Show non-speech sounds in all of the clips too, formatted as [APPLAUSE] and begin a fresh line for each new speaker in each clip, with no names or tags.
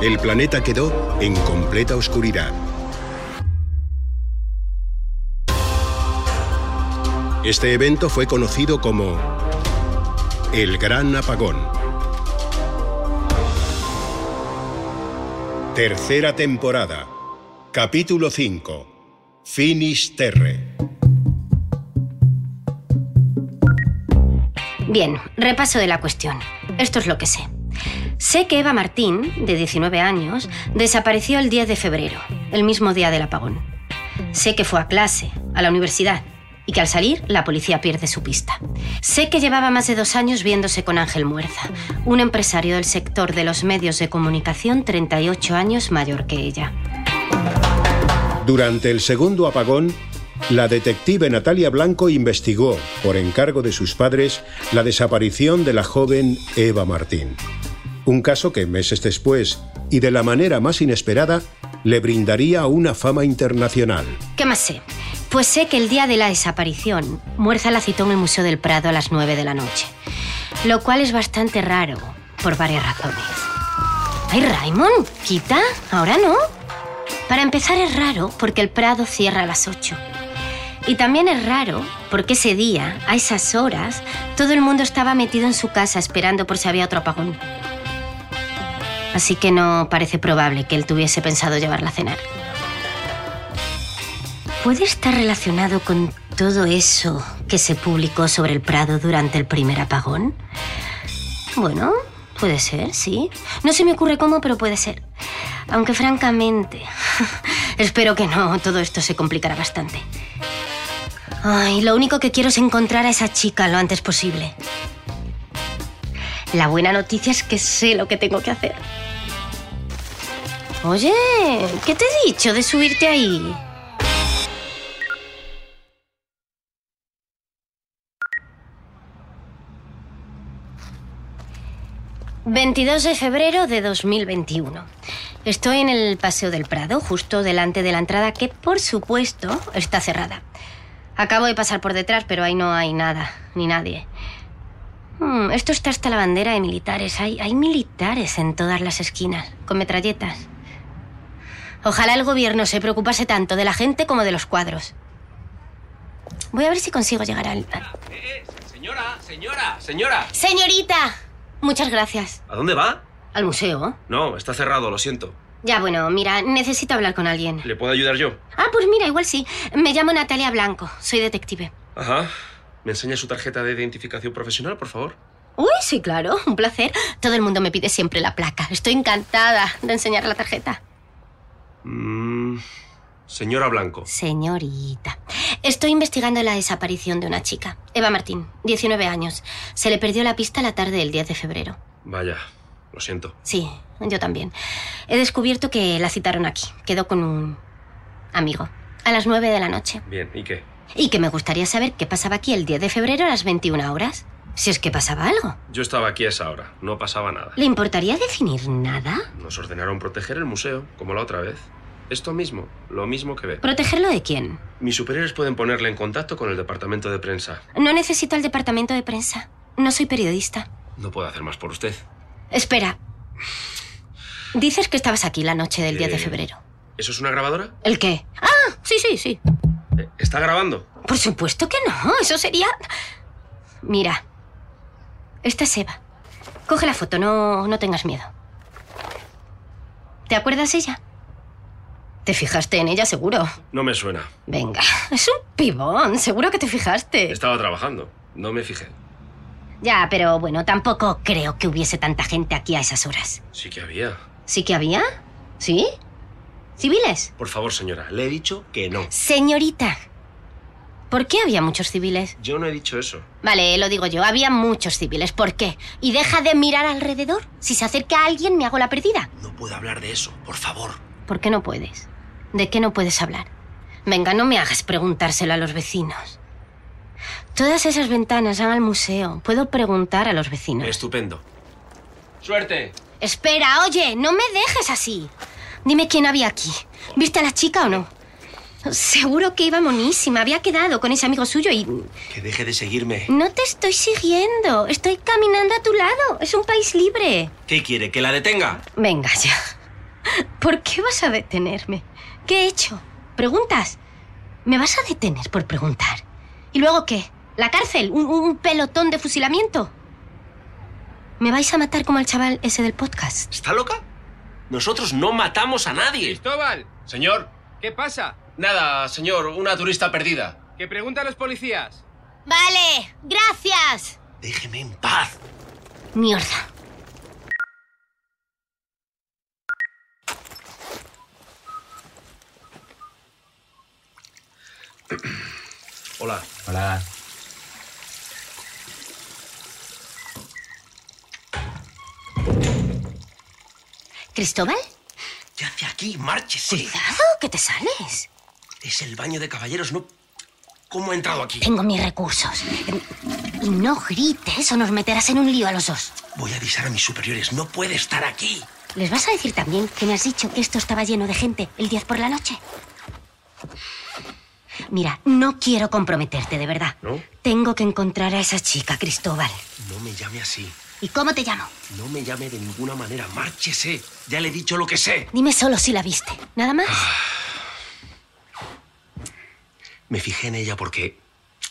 El planeta quedó en completa oscuridad. Este evento fue conocido como el Gran Apagón. Tercera temporada, capítulo 5. Finisterre.
Bien, repaso de la cuestión. Esto es lo que sé. Sé que Eva Martín, de 19 años, desapareció el 10 de febrero, el mismo día del apagón. Sé que fue a clase, a la universidad, y que al salir la policía pierde su pista. Sé que llevaba más de dos años viéndose con Ángel Muerza, un empresario del sector de los medios de comunicación 38 años mayor que ella.
Durante el segundo apagón, la detective Natalia Blanco investigó, por encargo de sus padres, la desaparición de la joven Eva Martín. Un caso que meses después, y de la manera más inesperada, le brindaría una fama internacional.
¿Qué más sé? Pues sé que el día de la desaparición, Muerza la citó en el Museo del Prado a las 9 de la noche, lo cual es bastante raro, por varias razones. ¡Ay, Raymond! ¿Quita? ¿Ahora no? Para empezar es raro porque el Prado cierra a las 8. Y también es raro porque ese día, a esas horas, todo el mundo estaba metido en su casa esperando por si había otro apagón. Así que no parece probable que él tuviese pensado llevarla a cenar. ¿Puede estar relacionado con todo eso que se publicó sobre el Prado durante el primer apagón? Bueno, puede ser, sí. No se me ocurre cómo, pero puede ser. Aunque francamente, [LAUGHS] espero que no, todo esto se complicará bastante. Ay, lo único que quiero es encontrar a esa chica lo antes posible. La buena noticia es que sé lo que tengo que hacer. Oye, ¿qué te he dicho de subirte ahí? ...22 de febrero de 2021... ...estoy en el Paseo del Prado... ...justo delante de la entrada que, por supuesto, está cerrada... ...acabo de pasar por detrás, pero ahí no hay nada... ...ni nadie... Mm, esto está hasta la bandera de militares. Hay, hay militares en todas las esquinas, con metralletas. Ojalá el gobierno se preocupase tanto de la gente como de los cuadros. Voy a ver si consigo llegar al... al-
Eh, eh, Señora, señora, señora.
Señorita, muchas gracias.
¿A dónde va?
¿Al museo?
No, está cerrado, lo siento.
Ya, bueno, mira, necesito hablar con alguien.
¿Le puedo ayudar yo?
Ah, pues mira, igual sí. Me llamo Natalia Blanco, soy detective.
Ajá. ¿Me enseña su tarjeta de identificación profesional, por favor?
Uy, sí, claro, un placer. Todo el mundo me pide siempre la placa. Estoy encantada de enseñar la tarjeta.
Mm, señora Blanco.
Señorita, estoy investigando la desaparición de una chica, Eva Martín, 19 años. Se le perdió la pista la tarde del 10 de febrero.
Vaya, lo siento.
Sí, yo también. He descubierto que la citaron aquí. Quedó con un amigo a las 9 de la noche.
Bien, ¿y qué?
Y que me gustaría saber qué pasaba aquí el 10 de febrero a las 21 horas. Si es que pasaba algo.
Yo estaba aquí a esa hora, no pasaba nada.
¿Le importaría definir nada?
Nos ordenaron proteger el museo, como la otra vez. Esto mismo, lo mismo que ve.
¿Protegerlo de quién?
Mis superiores pueden ponerle en contacto con el departamento de prensa.
No necesito al departamento de prensa. No soy periodista.
No puedo hacer más por usted.
Espera. Dices que estabas aquí la noche del 10 de
Eh.
febrero.
¿Eso es una grabadora?
¿El qué? Ah, sí, sí, sí.
Eh, ¿Está grabando?
Por supuesto que no. Eso sería... Mira. Esta es Eva. Coge la foto, no, no tengas miedo. ¿Te acuerdas ella? Te fijaste en ella, seguro.
No me suena.
Venga, es un pibón, seguro que te fijaste.
Estaba trabajando. No me fijé.
Ya, pero bueno, tampoco creo que hubiese tanta gente aquí a esas horas.
Sí que había.
¿Sí que había? ¿Sí? ¿Civiles?
Por favor, señora, le he dicho que no.
Señorita, ¿Por qué había muchos civiles?
Yo no he dicho eso.
Vale, lo digo yo, había muchos civiles. ¿Por qué? Y deja de mirar alrededor. Si se acerca alguien, me hago la perdida.
No puedo hablar de eso, por favor.
¿Por qué no puedes? ¿De qué no puedes hablar? Venga, no me hagas preguntárselo a los vecinos. Todas esas ventanas van al museo. Puedo preguntar a los vecinos.
Estupendo. ¡Suerte!
Espera, oye, no me dejes así. Dime quién había aquí. ¿Viste a la chica o no? Seguro que iba monísima. Había quedado con ese amigo suyo y...
Que deje de seguirme.
No te estoy siguiendo. Estoy caminando a tu lado. Es un país libre.
¿Qué quiere? ¿Que la detenga?
Venga ya. ¿Por qué vas a detenerme? ¿Qué he hecho? ¿Preguntas? ¿Me vas a detener por preguntar? ¿Y luego qué? ¿La cárcel? ¿Un, un pelotón de fusilamiento? ¿Me vais a matar como al chaval ese del podcast?
¿Está loca? Nosotros no matamos a nadie.
Cristóbal,
Señor.
¿qué pasa?
Nada, señor, una turista perdida.
Que pregunta a los policías.
Vale, gracias.
Déjeme en paz.
Mierda.
Hola.
Hola.
¿Cristóbal?
¿Qué hace aquí? Márchese.
Cuidado, que te sales.
Es el baño de caballeros, ¿no? ¿Cómo ha entrado aquí?
Tengo mis recursos. Em, Y no grites o nos meterás en un lío a los dos.
Voy a avisar a mis superiores. No puede estar aquí.
¿Les vas a decir también que me has dicho que esto estaba lleno de gente el 10 por la noche? Mira, no quiero comprometerte, de verdad.
¿No?
Tengo que encontrar a esa chica, Cristóbal.
No me llame así.
¿Y cómo te llamo?
No me llame de ninguna manera. Márchese. Ya le he dicho lo que sé.
Dime solo si la viste. ¿Nada más?
Me fijé en ella porque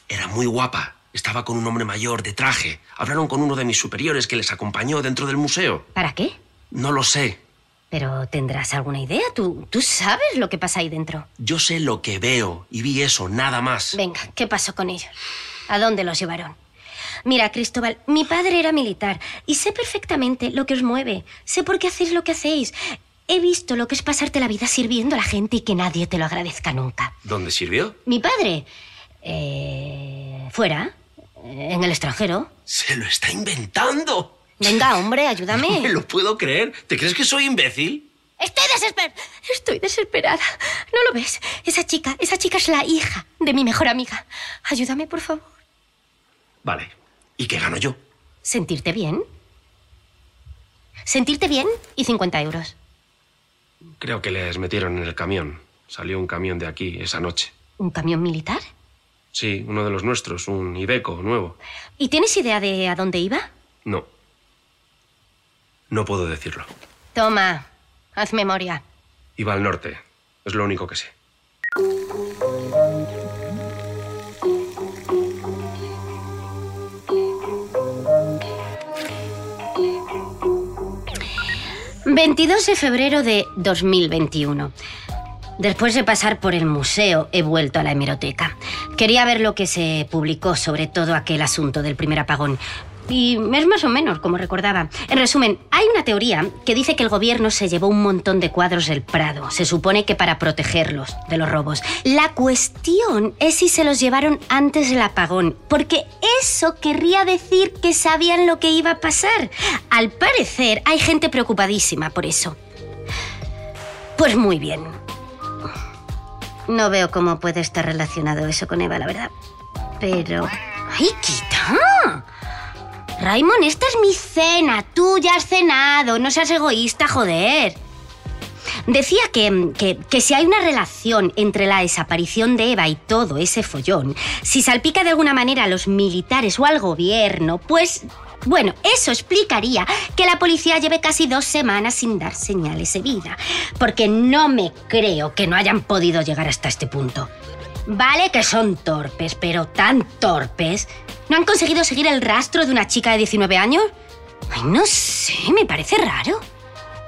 era muy guapa. Estaba con un hombre mayor de traje. Hablaron con uno de mis superiores que les acompañó dentro del museo.
¿Para qué?
No lo sé.
Pero tendrás alguna idea. Tú, tú sabes lo que pasa ahí dentro.
Yo sé lo que veo y vi eso, nada más.
Venga, ¿qué pasó con ellos? ¿A dónde los llevaron? Mira, Cristóbal, mi padre era militar y sé perfectamente lo que os mueve. Sé por qué hacéis lo que hacéis. He visto lo que es pasarte la vida sirviendo a la gente y que nadie te lo agradezca nunca.
¿Dónde sirvió?
Mi padre, eh, fuera, eh, en el extranjero.
Se lo está inventando.
Venga, hombre,
No me
[LAUGHS]
ayúdame.
lo puedo creer. ¿Te crees que soy imbécil?
Estoy desesperada. Estoy desesperada. ¿No lo ves? Esa chica, esa chica es la hija de mi mejor amiga. Ayúdame, por favor.
Vale. ¿Y qué gano yo?
¿Sentirte bien? ¿Sentirte bien? Y 50 euros.
Creo que les metieron en el camión. Salió un camión de aquí esa noche.
¿Un camión militar?
Sí, uno de los nuestros, un Ibeco nuevo.
¿Y tienes idea de a dónde iba?
No. No puedo decirlo.
Toma, haz memoria.
Iba al norte. Es lo único que sé.
...22 de febrero de 2021. Después de pasar por el museo, he vuelto a la hemeroteca. Quería ver lo que se publicó sobre todo aquel asunto del primer apagón. Y es más o menos como recordaba. En resumen, hay una teoría que dice que el gobierno se llevó un montón de cuadros del Prado. Se supone que para protegerlos de los robos. La cuestión es si se los llevaron antes del apagón, porque eso querría decir que sabían lo que iba a pasar. Al parecer, hay gente preocupadísima por eso. Pues muy bien. No veo cómo puede estar relacionado eso con Eva, la verdad. Pero... ¡Ay, quita! Raymond, esta es mi cena. Tú ya has cenado. No seas egoísta, joder. Decía que, que- que si hay una relación entre la desaparición de Eva y todo ese follón, si salpica de alguna manera a los militares o al gobierno, pues... Bueno, eso explicaría que la policía lleve casi dos semanas sin dar señales de vida, porque no me creo que no hayan podido llegar hasta este punto. Vale que son torpes, pero tan torpes. ¿No han conseguido seguir el rastro de una chica de 19 años? Ay, no sé, me parece raro.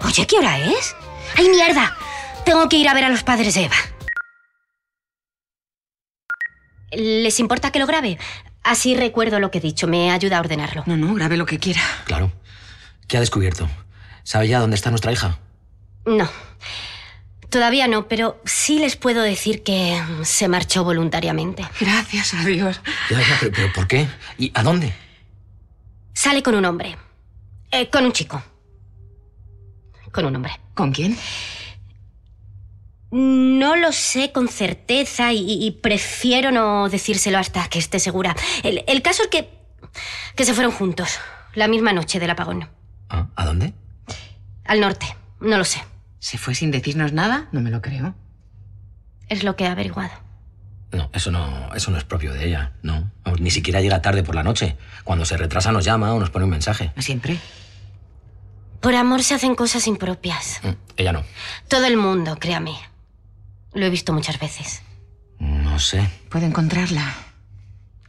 Oye, ¿qué hora es? ¡Ay, mierda! Tengo que ir a ver a los padres de Eva. ¿Les importa que lo grabe? Así recuerdo lo que he dicho, me ayuda a ordenarlo.
No, no, grabe lo que quiera.
Claro. ¿Qué ha descubierto? ¿Sabe ya dónde está nuestra hija?
No. Todavía no, pero sí les puedo decir que mm, se marchó voluntariamente.
Gracias a Dios.
Ya, ya, pero, pero ¿por qué? ¿Y a dónde?
Sale con un hombre. Eh, con un chico. Con un hombre.
¿Con quién?
No lo sé con certeza y, y prefiero no decírselo hasta que esté segura. El, el caso es que, que se fueron juntos, la misma noche del apagón.
Ah, ¿A dónde?
Al norte, no lo sé.
¿Se fue sin decirnos nada? No me lo creo.
Es lo que he averiguado.
No, eso no, eso no es propio de ella, no. Vamos, Ni siquiera llega tarde por la noche. Cuando se retrasa nos llama o nos pone un mensaje.
Siempre.
Por amor se hacen cosas impropias.
Mm, Ella no.
Todo el mundo, créame. Lo he visto muchas veces.
No sé.
Puedo encontrarla.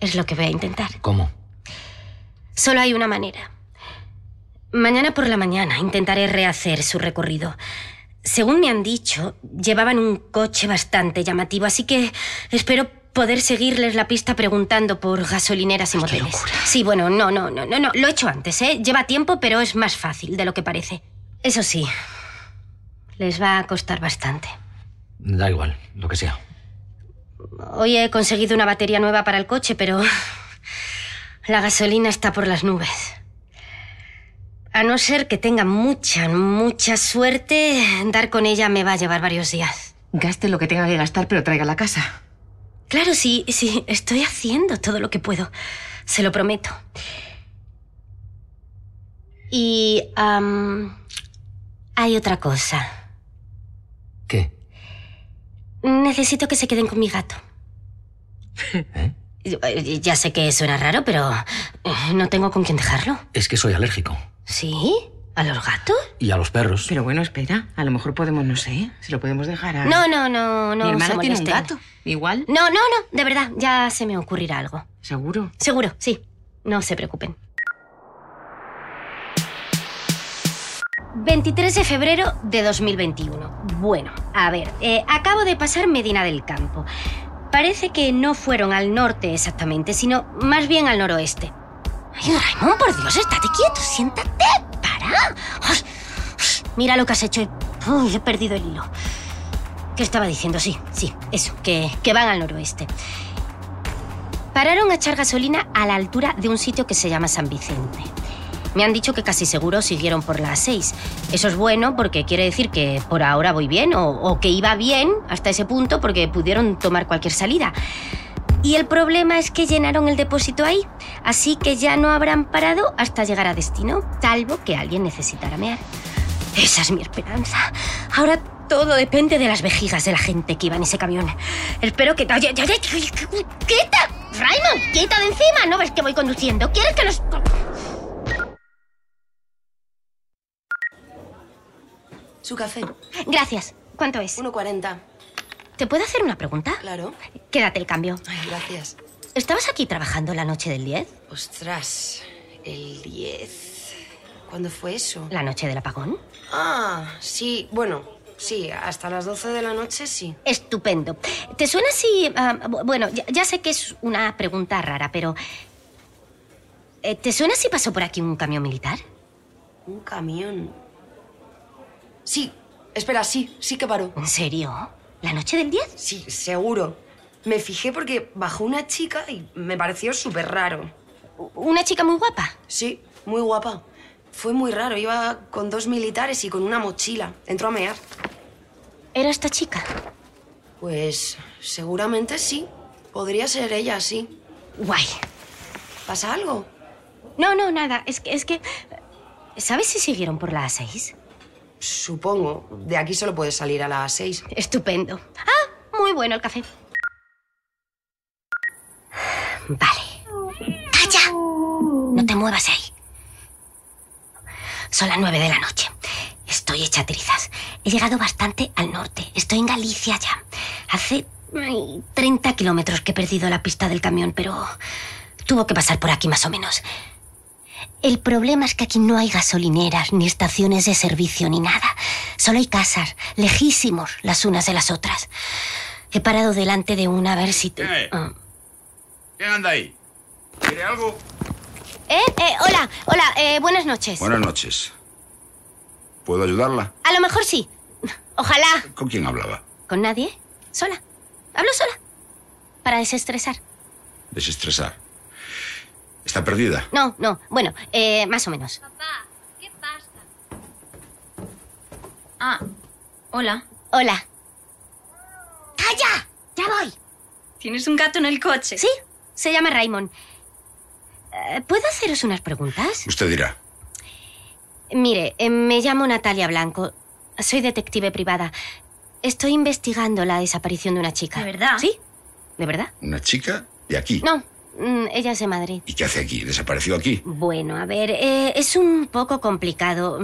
Es lo que voy a intentar.
¿Cómo?
Solo hay una manera. Mañana por la mañana intentaré rehacer su recorrido. Según me han dicho, llevaban un coche bastante llamativo, así que espero poder seguirles la pista preguntando por gasolineras y moteles. Sí, bueno, no, no, no, no, no, lo he hecho antes, ¿eh? Lleva tiempo, pero es más fácil de lo que parece. Eso sí, les va a costar bastante.
Da igual, lo que sea.
Hoy he conseguido una batería nueva para el coche, pero la gasolina está por las nubes. A no ser que tenga mucha, mucha suerte, dar con ella me va a llevar varios días.
Gaste lo que tenga que gastar, pero traiga la casa.
Claro, sí, sí, estoy haciendo todo lo que puedo. Se lo prometo. Y... am, hay otra cosa.
¿Qué?
Necesito que se queden con mi
[LAUGHS]
gato.
¿Eh?
Y- Ya sé que suena raro, pero eh, no tengo con quién dejarlo.
Es que soy alérgico.
¿Sí? ¿A los gatos?
Y a los perros.
Pero bueno, espera. A lo mejor podemos, no sé, se lo podemos dejar a.
No, no, no, no. se
Mi hermana tiene un
molesten.
gato. Igual.
No, no, no, de verdad, ya se me ocurrirá algo.
Seguro.
Seguro, sí. No se preocupen. 23 de febrero de 2021. Bueno, a ver, eh, acabo de pasar Medina del Campo. Parece que no fueron al norte exactamente, sino más bien al noroeste. Ay, Raimón, por Dios, estate quieto, siéntate, para. Ay, ay, mira lo que has hecho. Uy, he perdido el hilo. ¿Qué estaba diciendo? Sí, sí, eso, que, que van al noroeste. Pararon a echar gasolina a la altura de un sitio que se llama San Vicente. Me han dicho que casi seguro siguieron por la 6. Eso es bueno porque quiere decir que por ahora voy bien o, o que iba bien hasta ese punto porque pudieron tomar cualquier salida. Y el problema es que llenaron el depósito ahí, así que ya no habrán parado hasta llegar a destino, salvo que alguien necesitara mear. Esa es mi esperanza. Ahora todo depende de las vejigas de la gente que iba en ese camión. Espero que... ¡Ay, ay, ay, ay! ¡Quieta! Raymond, quieta de encima. ¿No ves que voy conduciendo? ¿Quieres que los...
Su café,
Gracias. ¿Cuánto es?
1.40.
¿Te puedo hacer una pregunta?
Claro.
Quédate el cambio.
Ay, gracias.
¿Estabas aquí trabajando la noche del 10?
Ostras, el 10. ¿Cuándo fue eso?
¿La noche del apagón?
Ah, sí, bueno, sí, hasta las 12 de la noche sí.
Estupendo. ¿Te suena así? ah, bu- bueno, ya, ya sé que es una pregunta rara, pero... eh, ¿Te suena si pasó por aquí un camión militar?
Un camión. Sí, espera, sí, sí que paró.
¿En serio? ¿La noche del 10?
Sí, seguro. Me fijé porque bajó una chica y me pareció súper raro.
¿Una chica muy guapa?
Sí, muy guapa. Fue muy raro, iba con dos militares y con una mochila. Entró a mear.
¿Era esta chica?
Pues seguramente sí. Podría ser ella, sí.
Guay.
¿Pasa algo?
No, no, nada. Es que, es que... ¿Sabes si siguieron por la A6?
Supongo. De aquí solo puedes salir a las seis.
Estupendo. Ah, muy bueno el café. Vale. ¡Calla! No te muevas ahí. Son las nueve de la noche. Estoy hecha trizas. He llegado bastante al norte. Estoy en Galicia ya. Hace ay, 30 kilómetros que he perdido la pista del camión, pero tuvo que pasar por aquí más o menos. El problema es que aquí no hay gasolineras, ni estaciones de servicio, ni nada. Solo hay casas, lejísimos las unas de las otras. He parado delante de una a ver si... te-
¿Qué?
Ah.
¿Quién anda ahí? ¿Quiere algo?
Eh, eh, hola, hola, eh, buenas noches.
Buenas noches. ¿Puedo ayudarla?
A lo mejor sí. Ojalá.
¿Con quién hablaba?
¿Con nadie? ¿Sola? Hablo sola. Para desestresar.
Desestresar. ¿Está perdida?
No, no. Bueno, eh, más o menos.
Papá, ¿qué pasa? Ah, hola.
Hola. ¡Calla! ¡Ya voy!
¿Tienes un gato en el coche?
Sí, se llama Raymond. Eh, ¿Puedo haceros unas preguntas?
Usted dirá.
Mire, eh, me llamo Natalia Blanco. Soy detective privada. Estoy investigando la desaparición de una chica.
¿De verdad?
¿Sí? ¿De verdad?
¿Una chica de aquí?
No, mm, ella es de Madrid.
¿Y qué hace aquí? ¿Desapareció aquí?
Bueno, a ver, eh, es un poco complicado.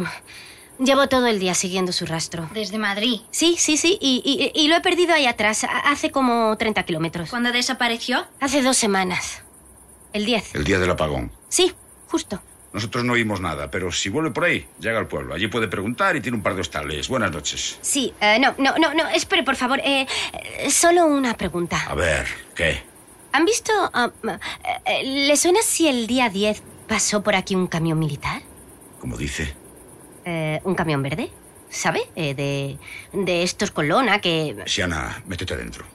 Llevo todo el día siguiendo su rastro.
Desde Madrid.
Sí, sí, sí, y, y- y lo he perdido ahí atrás, a- hace como 30 kilómetros.
¿Cuándo desapareció?
Hace dos semanas. El 10.
El día del apagón.
Sí, justo.
Nosotros no oímos nada, pero si vuelve por ahí, llega al pueblo. Allí puede preguntar y tiene un par de hostales. Buenas noches.
Sí, eh, no, no, no, no, espere, por favor. eh, eh, solo una pregunta.
A ver, ¿qué?
¿Han visto... ah, ah, eh, ¿Le suena si el día 10 pasó por aquí un camión militar?
Como dice.
Eh, ¿Un camión verde? ¿Sabe? Eh, de, de estos con lona que...
Siana, métete dentro.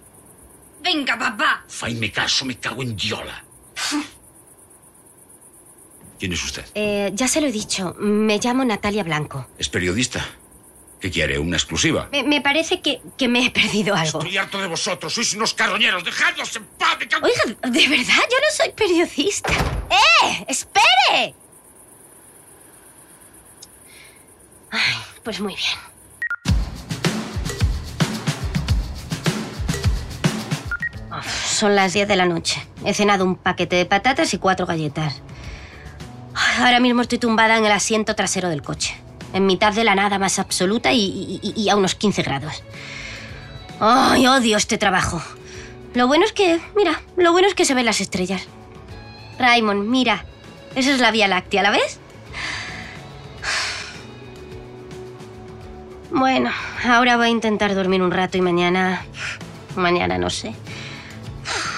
Venga, papá.
Faime caso, me cago en diola. ¿Quién es usted?
Eh, ya se lo he dicho, me llamo Natalia Blanco.
¿Es periodista? ¿Qué quiere? ¿Una exclusiva?
Me, me parece que, que me he perdido algo.
Estoy harto de vosotros, sois unos carroñeros, dejadnos en paz. me cago-
Oiga, de verdad, yo no soy periodista. ¡Eh! ¡Espere! Ay, pues muy bien. Uf, son las 10 de la noche. He cenado un paquete de patatas y cuatro galletas. Ay, Ahora mismo estoy tumbada en el asiento trasero del coche, en mitad de la nada más absoluta y, y- y- y a unos 15 grados. ¡Ay, odio este trabajo! Lo bueno es que, mira, lo bueno es que se ven las estrellas. Raymond, mira, esa es la Vía Láctea, ¿la ves? Bueno, ahora voy a intentar dormir un rato y mañana... Mañana no sé.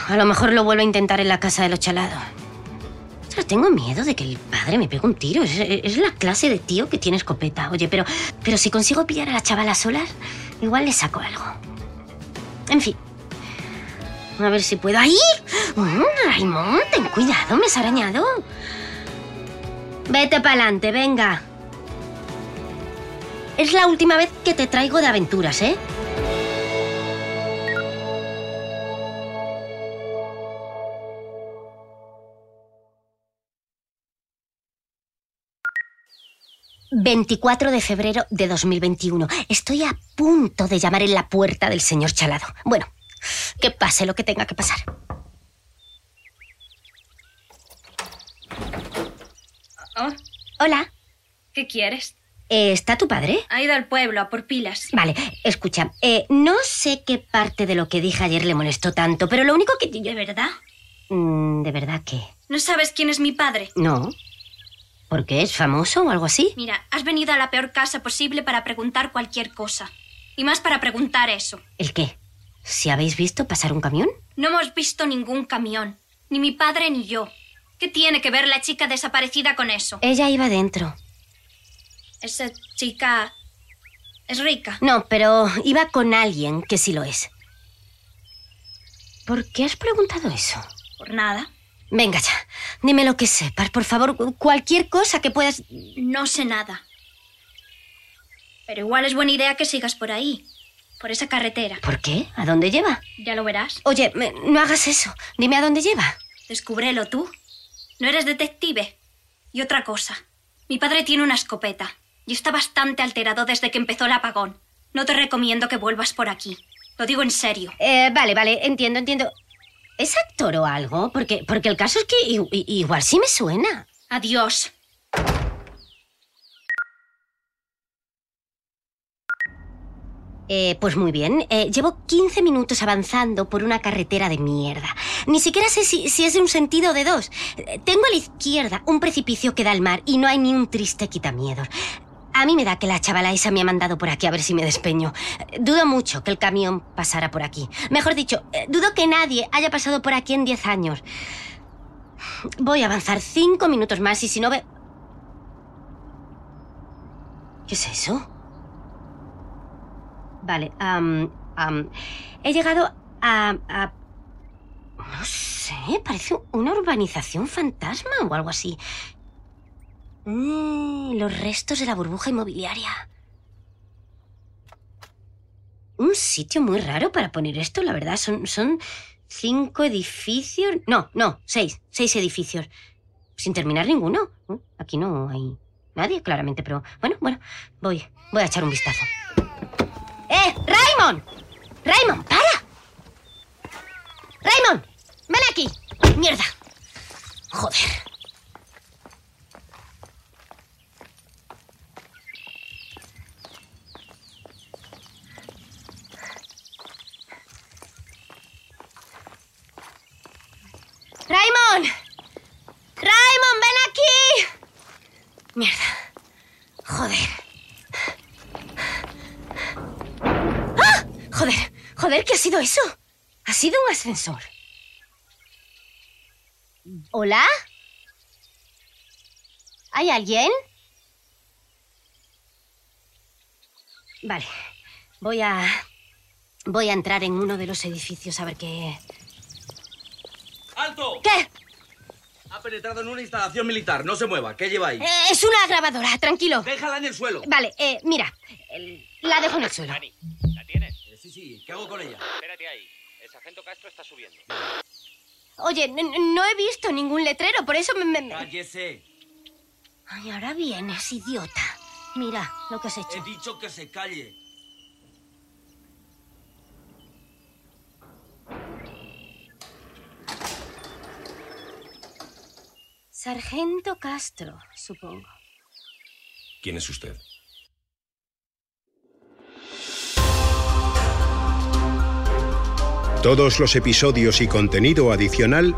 A lo mejor lo vuelvo a intentar en la casa de los chalados. Ostras, tengo miedo de que el padre me pegue un tiro. Es, es la clase de tío que tiene escopeta. Oye, pero, pero si consigo pillar a la chavala solas, igual le saco algo. En fin. A ver si puedo. ¡Ahí! Mm, Raimond, ten cuidado, me has arañado. Vete para adelante, venga. Es la última vez que te traigo de aventuras, ¿eh? ...24 de febrero de 2021... ...estoy a punto de llamar en la puerta del señor Chalado... ...bueno, que pase lo que tenga que pasar...
Oh,
Hola,
¿Qué quieres?
eh, ¿está tu padre?
Ha ido al pueblo a por pilas.
Vale, escucha, eh, no sé qué parte de lo que dije ayer le molestó tanto, pero lo único que...
¿De verdad?
Mm, ¿De verdad que?
¿No sabes quién es mi padre?
No. ¿Por qué? ¿Es famoso o algo así?
Mira, has venido a la peor casa posible para preguntar cualquier cosa. Y más para preguntar eso.
¿El qué? ¿Si habéis visto pasar un camión?
No hemos visto ningún camión. Ni mi padre ni yo. ¿Qué tiene que ver la chica desaparecida con eso?
Ella iba dentro.
Esa chica... es rica.
No, pero iba con alguien que sí lo es. ¿Por qué has preguntado eso?
Por nada.
Venga ya, dime lo que sepas, por favor, cu- cualquier cosa que puedas...
No sé nada. Pero igual es buena idea que sigas por ahí. Por esa carretera.
¿Por qué? ¿A dónde lleva?
Ya lo verás.
Oye, me- no hagas eso. Dime a dónde lleva.
Descúbrelo tú. No eres detective. Y otra cosa. Mi padre tiene una escopeta. Y está bastante alterado desde que empezó el apagón. No te recomiendo que vuelvas por aquí. Lo digo en serio.
Eh, vale, vale, entiendo, entiendo. ¿Es actor o algo? Porque, porque el caso es que i- i- igual sí me suena.
Adiós.
Eh, pues muy bien, eh, llevo 15 minutos avanzando por una carretera de mierda. Ni siquiera sé si, si es de un sentido o de dos. Eh, Tengo a la izquierda un precipicio que da al mar y no hay ni un triste quitamiedos. A mí me da que la chavala esa me ha mandado por aquí a ver si me despeño. Eh, Dudo mucho que el camión pasara por aquí. Mejor dicho, eh, dudo que nadie haya pasado por aquí en 10 años. Voy a avanzar 5 minutos más y si no ve... ¿Qué es eso? Vale. am, am, he llegado a, a- No sé, parece una urbanización fantasma o algo así. Mm, los restos de la burbuja inmobiliaria. Un sitio muy raro para poner esto, la verdad. Son, son cinco edificios. No, no, seis. Seis edificios. Sin terminar ninguno. Mm, Aquí no hay nadie, claramente, pero bueno, bueno, voy, voy a echar un vistazo. ¡Eh! ¡Raymond! ¡Raymond, para! ¡Raymond! ¡Ven aquí! ¡Mierda! Joder. ¡Raymond! ¡Raymond, ven aquí! Mierda. Joder. ¡Ah! Joder, joder, ¿qué ha sido eso? Ha sido un ascensor. ¿Hola? ¿Hay alguien? Vale, voy a... Voy a entrar en uno de los edificios a ver qué...
¡Alto!
¿Qué?
Ha penetrado en una instalación militar. No se mueva. ¿Qué lleva ahí?
Eh, es una grabadora, tranquilo.
Déjala en el suelo.
Vale, eh, mira, el- la dejo en el suelo.
Eh, Sí, sí. ¿Qué hago con ella?
Espérate ahí. El sargento Castro está subiendo.
Oye, n- n- no he visto ningún letrero, por eso me... me- me-
Cállese.
Ay, ahora vienes, idiota. Mira lo que has hecho.
He dicho que se calle.
Sargento Castro, supongo.
¿Quién es usted?
Todos los episodios y contenido adicional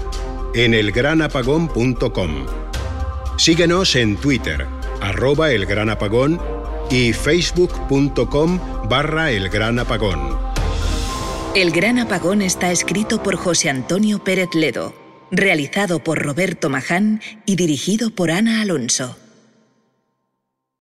en elgranapagón.com. Síguenos en Twitter, arroba elgranapagón y facebook.com barra elgranapagón.
El Gran Apagón está escrito por José Antonio Pérez Ledo, realizado por Roberto Maján y dirigido por Ana Alonso.